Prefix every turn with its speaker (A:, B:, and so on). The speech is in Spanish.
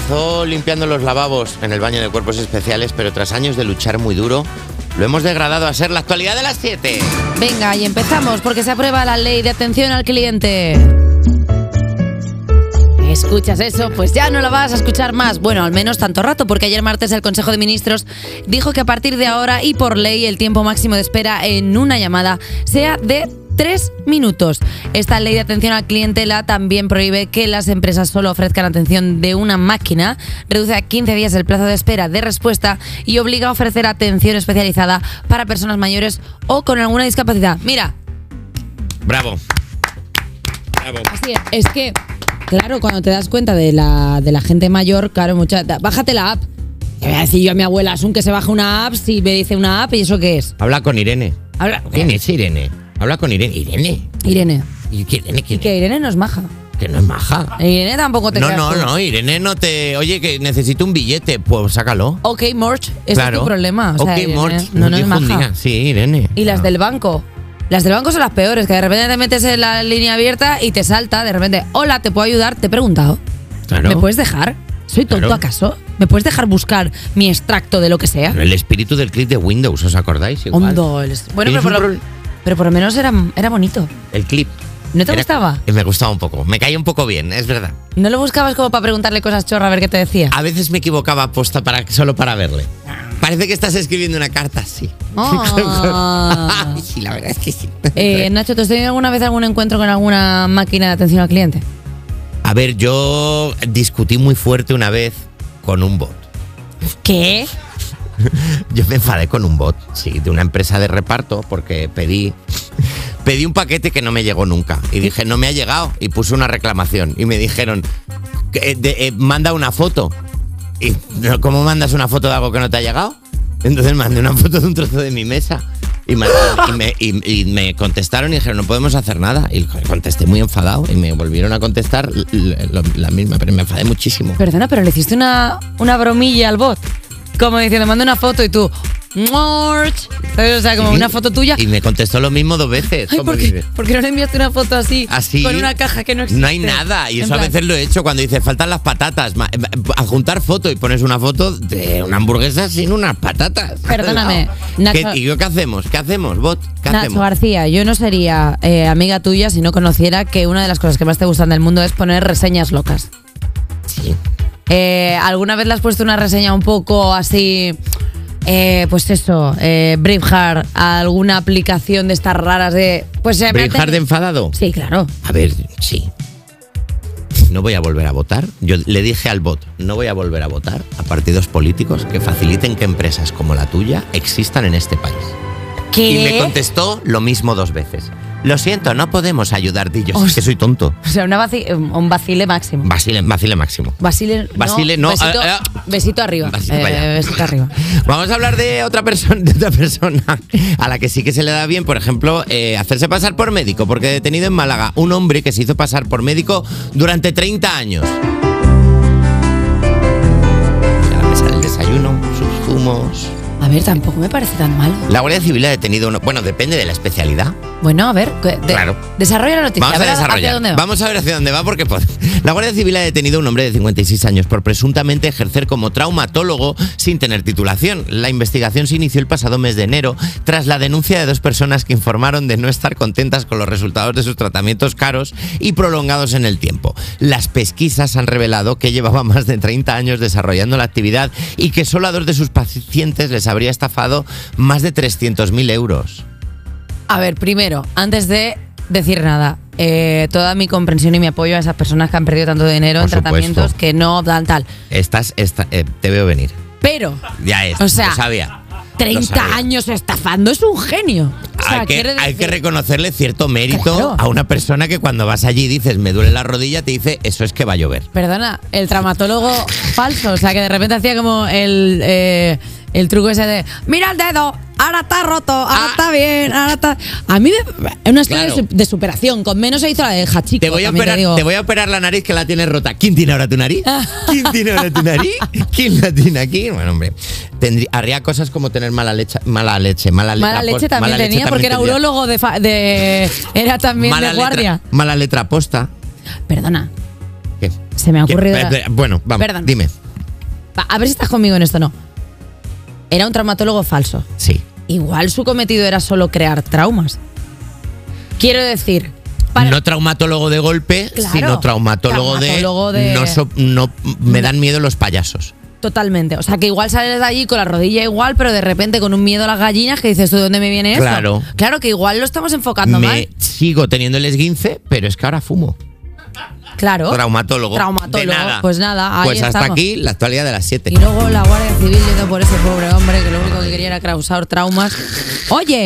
A: Empezó limpiando los lavabos en el baño de cuerpos especiales, pero tras años de luchar muy duro, lo hemos degradado a ser la actualidad de las 7.
B: Venga, y empezamos porque se aprueba la ley de atención al cliente. Escuchas eso, pues ya no la vas a escuchar más. Bueno, al menos tanto rato, porque ayer martes el Consejo de Ministros dijo que a partir de ahora y por ley el tiempo máximo de espera en una llamada sea de tres minutos. Esta ley de atención al cliente la también prohíbe que las empresas solo ofrezcan atención de una máquina, reduce a 15 días el plazo de espera de respuesta y obliga a ofrecer atención especializada para personas mayores o con alguna discapacidad. Mira,
A: Bravo. Bravo.
B: Así es, es que, claro, cuando te das cuenta de la, de la gente mayor, claro, mucha, da- bájate la app. Le voy a decir yo a mi abuela, Asun, que se baje una app, si me dice una app, ¿y eso qué es?
A: Habla con Irene.
B: Habla-
A: ¿Quién es Irene? Habla con Irene. Irene.
B: Irene.
A: ¿Y quién- Irene quién
B: Que Irene no es maja.
A: es? Que no es maja.
B: Irene tampoco te
A: No,
B: creas
A: no,
B: tú.
A: no, Irene no te. Oye, que necesito un billete. Pues sácalo.
B: Ok, Morch, ese
A: claro.
B: es tu problema. O sea,
A: Ok,
B: Irene
A: Morch,
B: no, no
A: nos
B: es
A: dijo un
B: maja.
A: día. Sí, Irene.
B: Y las
A: Ah.
B: del banco. Las del banco son las peores, que de repente te metes en la línea abierta y te salta, de repente, hola, ¿te puedo ayudar? Te he preguntado.
A: Claro.
B: ¿Me puedes dejar? ¿Soy tonto
A: Claro.
B: acaso? ¿Me puedes dejar buscar mi extracto de lo que sea?
A: El espíritu del clip de Windows, ¿os acordáis? Igual.
B: Hondo, el- Bueno, pero
A: Tienes
B: por,
A: un
B: lo, pero por lo menos era, era bonito.
A: El clip.
B: ¿No te
A: Era-
B: gustaba?
A: Me gustaba un poco. Me caía un poco bien, es verdad.
B: ¿No lo buscabas como para preguntarle cosas chorra a ver qué te decía?
A: A veces me equivocaba aposta para, solo para verle. Parece que estás escribiendo una carta, sí.
B: Ah.
A: sí, la verdad es que sí.
B: Eh, Nacho, ¿te has tenido alguna vez algún encuentro con alguna máquina de atención al cliente?
A: A ver, yo discutí muy fuerte una vez con un bot.
B: ¿Qué?
A: Yo me enfadé con un bot, sí, de una empresa de reparto, porque pedí, pedí un paquete que no me llegó nunca. Y dije, no me ha llegado. Y puse una reclamación. Y me dijeron, "Eh, de- eh, manda una foto. ¿Y no, cómo mandas una foto de algo que no te ha llegado? Entonces mandé una foto de un trozo de mi mesa. Y me, y me- y- y me contestaron y dijeron, no podemos hacer nada. Y contesté muy enfadado. Y me volvieron a contestar l- lo- la misma, pero me enfadé muchísimo.
B: Perdona, pero le hiciste una, una bromilla al bot. Como diciendo, manda una foto y tú. "Morch". O sea, como una foto tuya.
A: Y me contestó lo mismo dos veces.
B: Ay,
A: ¿Cómo
B: ¿por qué,
A: dices?
B: por qué no le enviaste una foto así?
A: Así.
B: Con una caja que no existe.
A: No hay nada. Y
B: En
A: eso a
B: plan,
A: veces lo he hecho cuando dices faltan las patatas. ma- eh, Adjuntar foto y pones una foto de una hamburguesa sin unas patatas.
B: Perdóname,
A: ¿Qué-
B: Nacho-
A: ¿Y yo qué hacemos? ¿Qué hacemos, bot? ¿Qué
B: Nacho
A: hacemos?
B: García, yo no sería eh, amiga tuya si no conociera que una de las cosas que más te gustan del mundo es poner reseñas locas.
A: Sí.
B: Eh, ¿Alguna vez le has puesto una reseña un poco así, eh, pues eso, eh, Braveheart, a alguna aplicación de estas raras de... Pues se me ha
A: ¿Brijar de
B: tenido-
A: enfadado?
B: Sí, claro.
A: A ver, sí. No voy a volver a votar. Yo le dije al bot, no voy a volver a votar a partidos políticos que faciliten que empresas como la tuya existan en este país.
B: ¿Qué?
A: Y me contestó lo mismo dos veces. Lo siento, no podemos ayudarte. Y yo, "Es
B: Hostia.
A: que soy tonto.
B: O sea, una vaci- un vacile máximo.
A: Basile, Basile máximo.
B: Basile, no,
A: Basile, no,
B: Besito,
A: ah, ah.
B: besito arriba.
A: Basile,
B: eh,
A: vaya.
B: besito arriba.
A: Vamos a hablar de otra persona, de otra persona a la que sí que se le da bien, por ejemplo, eh, hacerse pasar por médico, porque detenido en Málaga un hombre que se hizo pasar por médico durante 30 años. A la mesa del desayuno, sus zumos.
B: A ver, tampoco me parece tan malo.
A: La Guardia Civil ha detenido uno. Bueno, depende de la especialidad.
B: Bueno, a ver, que- de-
A: Claro.
B: desarrolla la noticia.
A: Vamos a
B: ver hacia
A: desarrollar.
B: dónde va.
A: Vamos a ver hacia dónde va porque pues, la Guardia Civil ha detenido a un hombre de 56 años por presuntamente ejercer como traumatólogo sin tener titulación. La investigación se inició el pasado mes de enero tras la denuncia de dos personas que informaron de no estar contentas con los resultados de sus tratamientos caros y prolongados en el tiempo. Las pesquisas han revelado que llevaba más de 30 años desarrollando la actividad y que solo a dos de sus pacientes les habría estafado más de 300.000 euros.
B: A ver, primero, antes de decir nada, eh, toda mi comprensión y mi apoyo a esas personas que han perdido tanto dinero
A: Por
B: en tratamientos
A: supuesto.
B: que no dan tal.
A: Estás, esta- eh, te veo venir.
B: Pero
A: Ya es.
B: O sea,
A: lo sabía. Lo
B: 30
A: sabía.
B: años estafando es un genio. O sea,
A: hay, que,
B: quiere
A: hay que
B: decir-
A: reconocerle cierto mérito
B: Claro.
A: a una persona que cuando vas allí dices me duele la rodilla, te dice eso es que va a llover.
B: Perdona, el traumatólogo falso. O sea, que de repente hacía como el, eh, el truco ese de: Mira el dedo, ahora está roto, ahora
A: Ah.
B: está bien, ahora está. A mí me. Es una historia
A: Claro.
B: de su- de superación. Con menos se hizo la de Hachiko.
A: Te voy, a
B: también
A: operar,
B: digo.
A: te voy a operar la nariz que la tienes rota. ¿Quién tiene ahora tu nariz? ¿Quién tiene ahora tu nariz? ¿Quién la tiene aquí? Bueno, hombre, tendría, haría cosas como tener mala leche, mala leche, mala, le-
B: Mala
A: la pos-
B: leche también
A: mala leche
B: tenía porque era
A: tendría.
B: urólogo de, fa- de- Era también
A: Mala
B: de
A: letra-
B: guardia.
A: mala letra posta.
B: Perdona.
A: ¿Qué?
B: Se me ha
A: Que-
B: ocurrido.
A: pe- pe- Bueno, vamos,
B: Perdón.
A: dime.
B: Va, A ver si estás conmigo en esto no. Era un traumatólogo falso.
A: Sí.
B: Igual su cometido era solo crear traumas. Quiero decir, para-
A: No traumatólogo de golpe,
B: Claro.
A: sino traumatólogo,
B: Traumatólogo de-
A: No, so- no- me dan miedo los payasos.
B: totalmente. O sea, que igual sales de allí con la rodilla igual, pero de repente con un miedo a las gallinas que dices, ¿tú de dónde me viene esto?
A: Claro.
B: Claro que igual lo estamos enfocando mal.
A: Me sigo teniendo el esguince, pero es que ahora fumo.
B: Claro.
A: Traumatólogo.
B: Oh, Traumatólogo.
A: De nada.
B: Pues nada, ahí
A: Pues hasta
B: estamos.
A: aquí la actualidad de las 7.
B: Y luego la Guardia Civil yendo por ese pobre hombre que lo único que quería era causar traumas. Oye,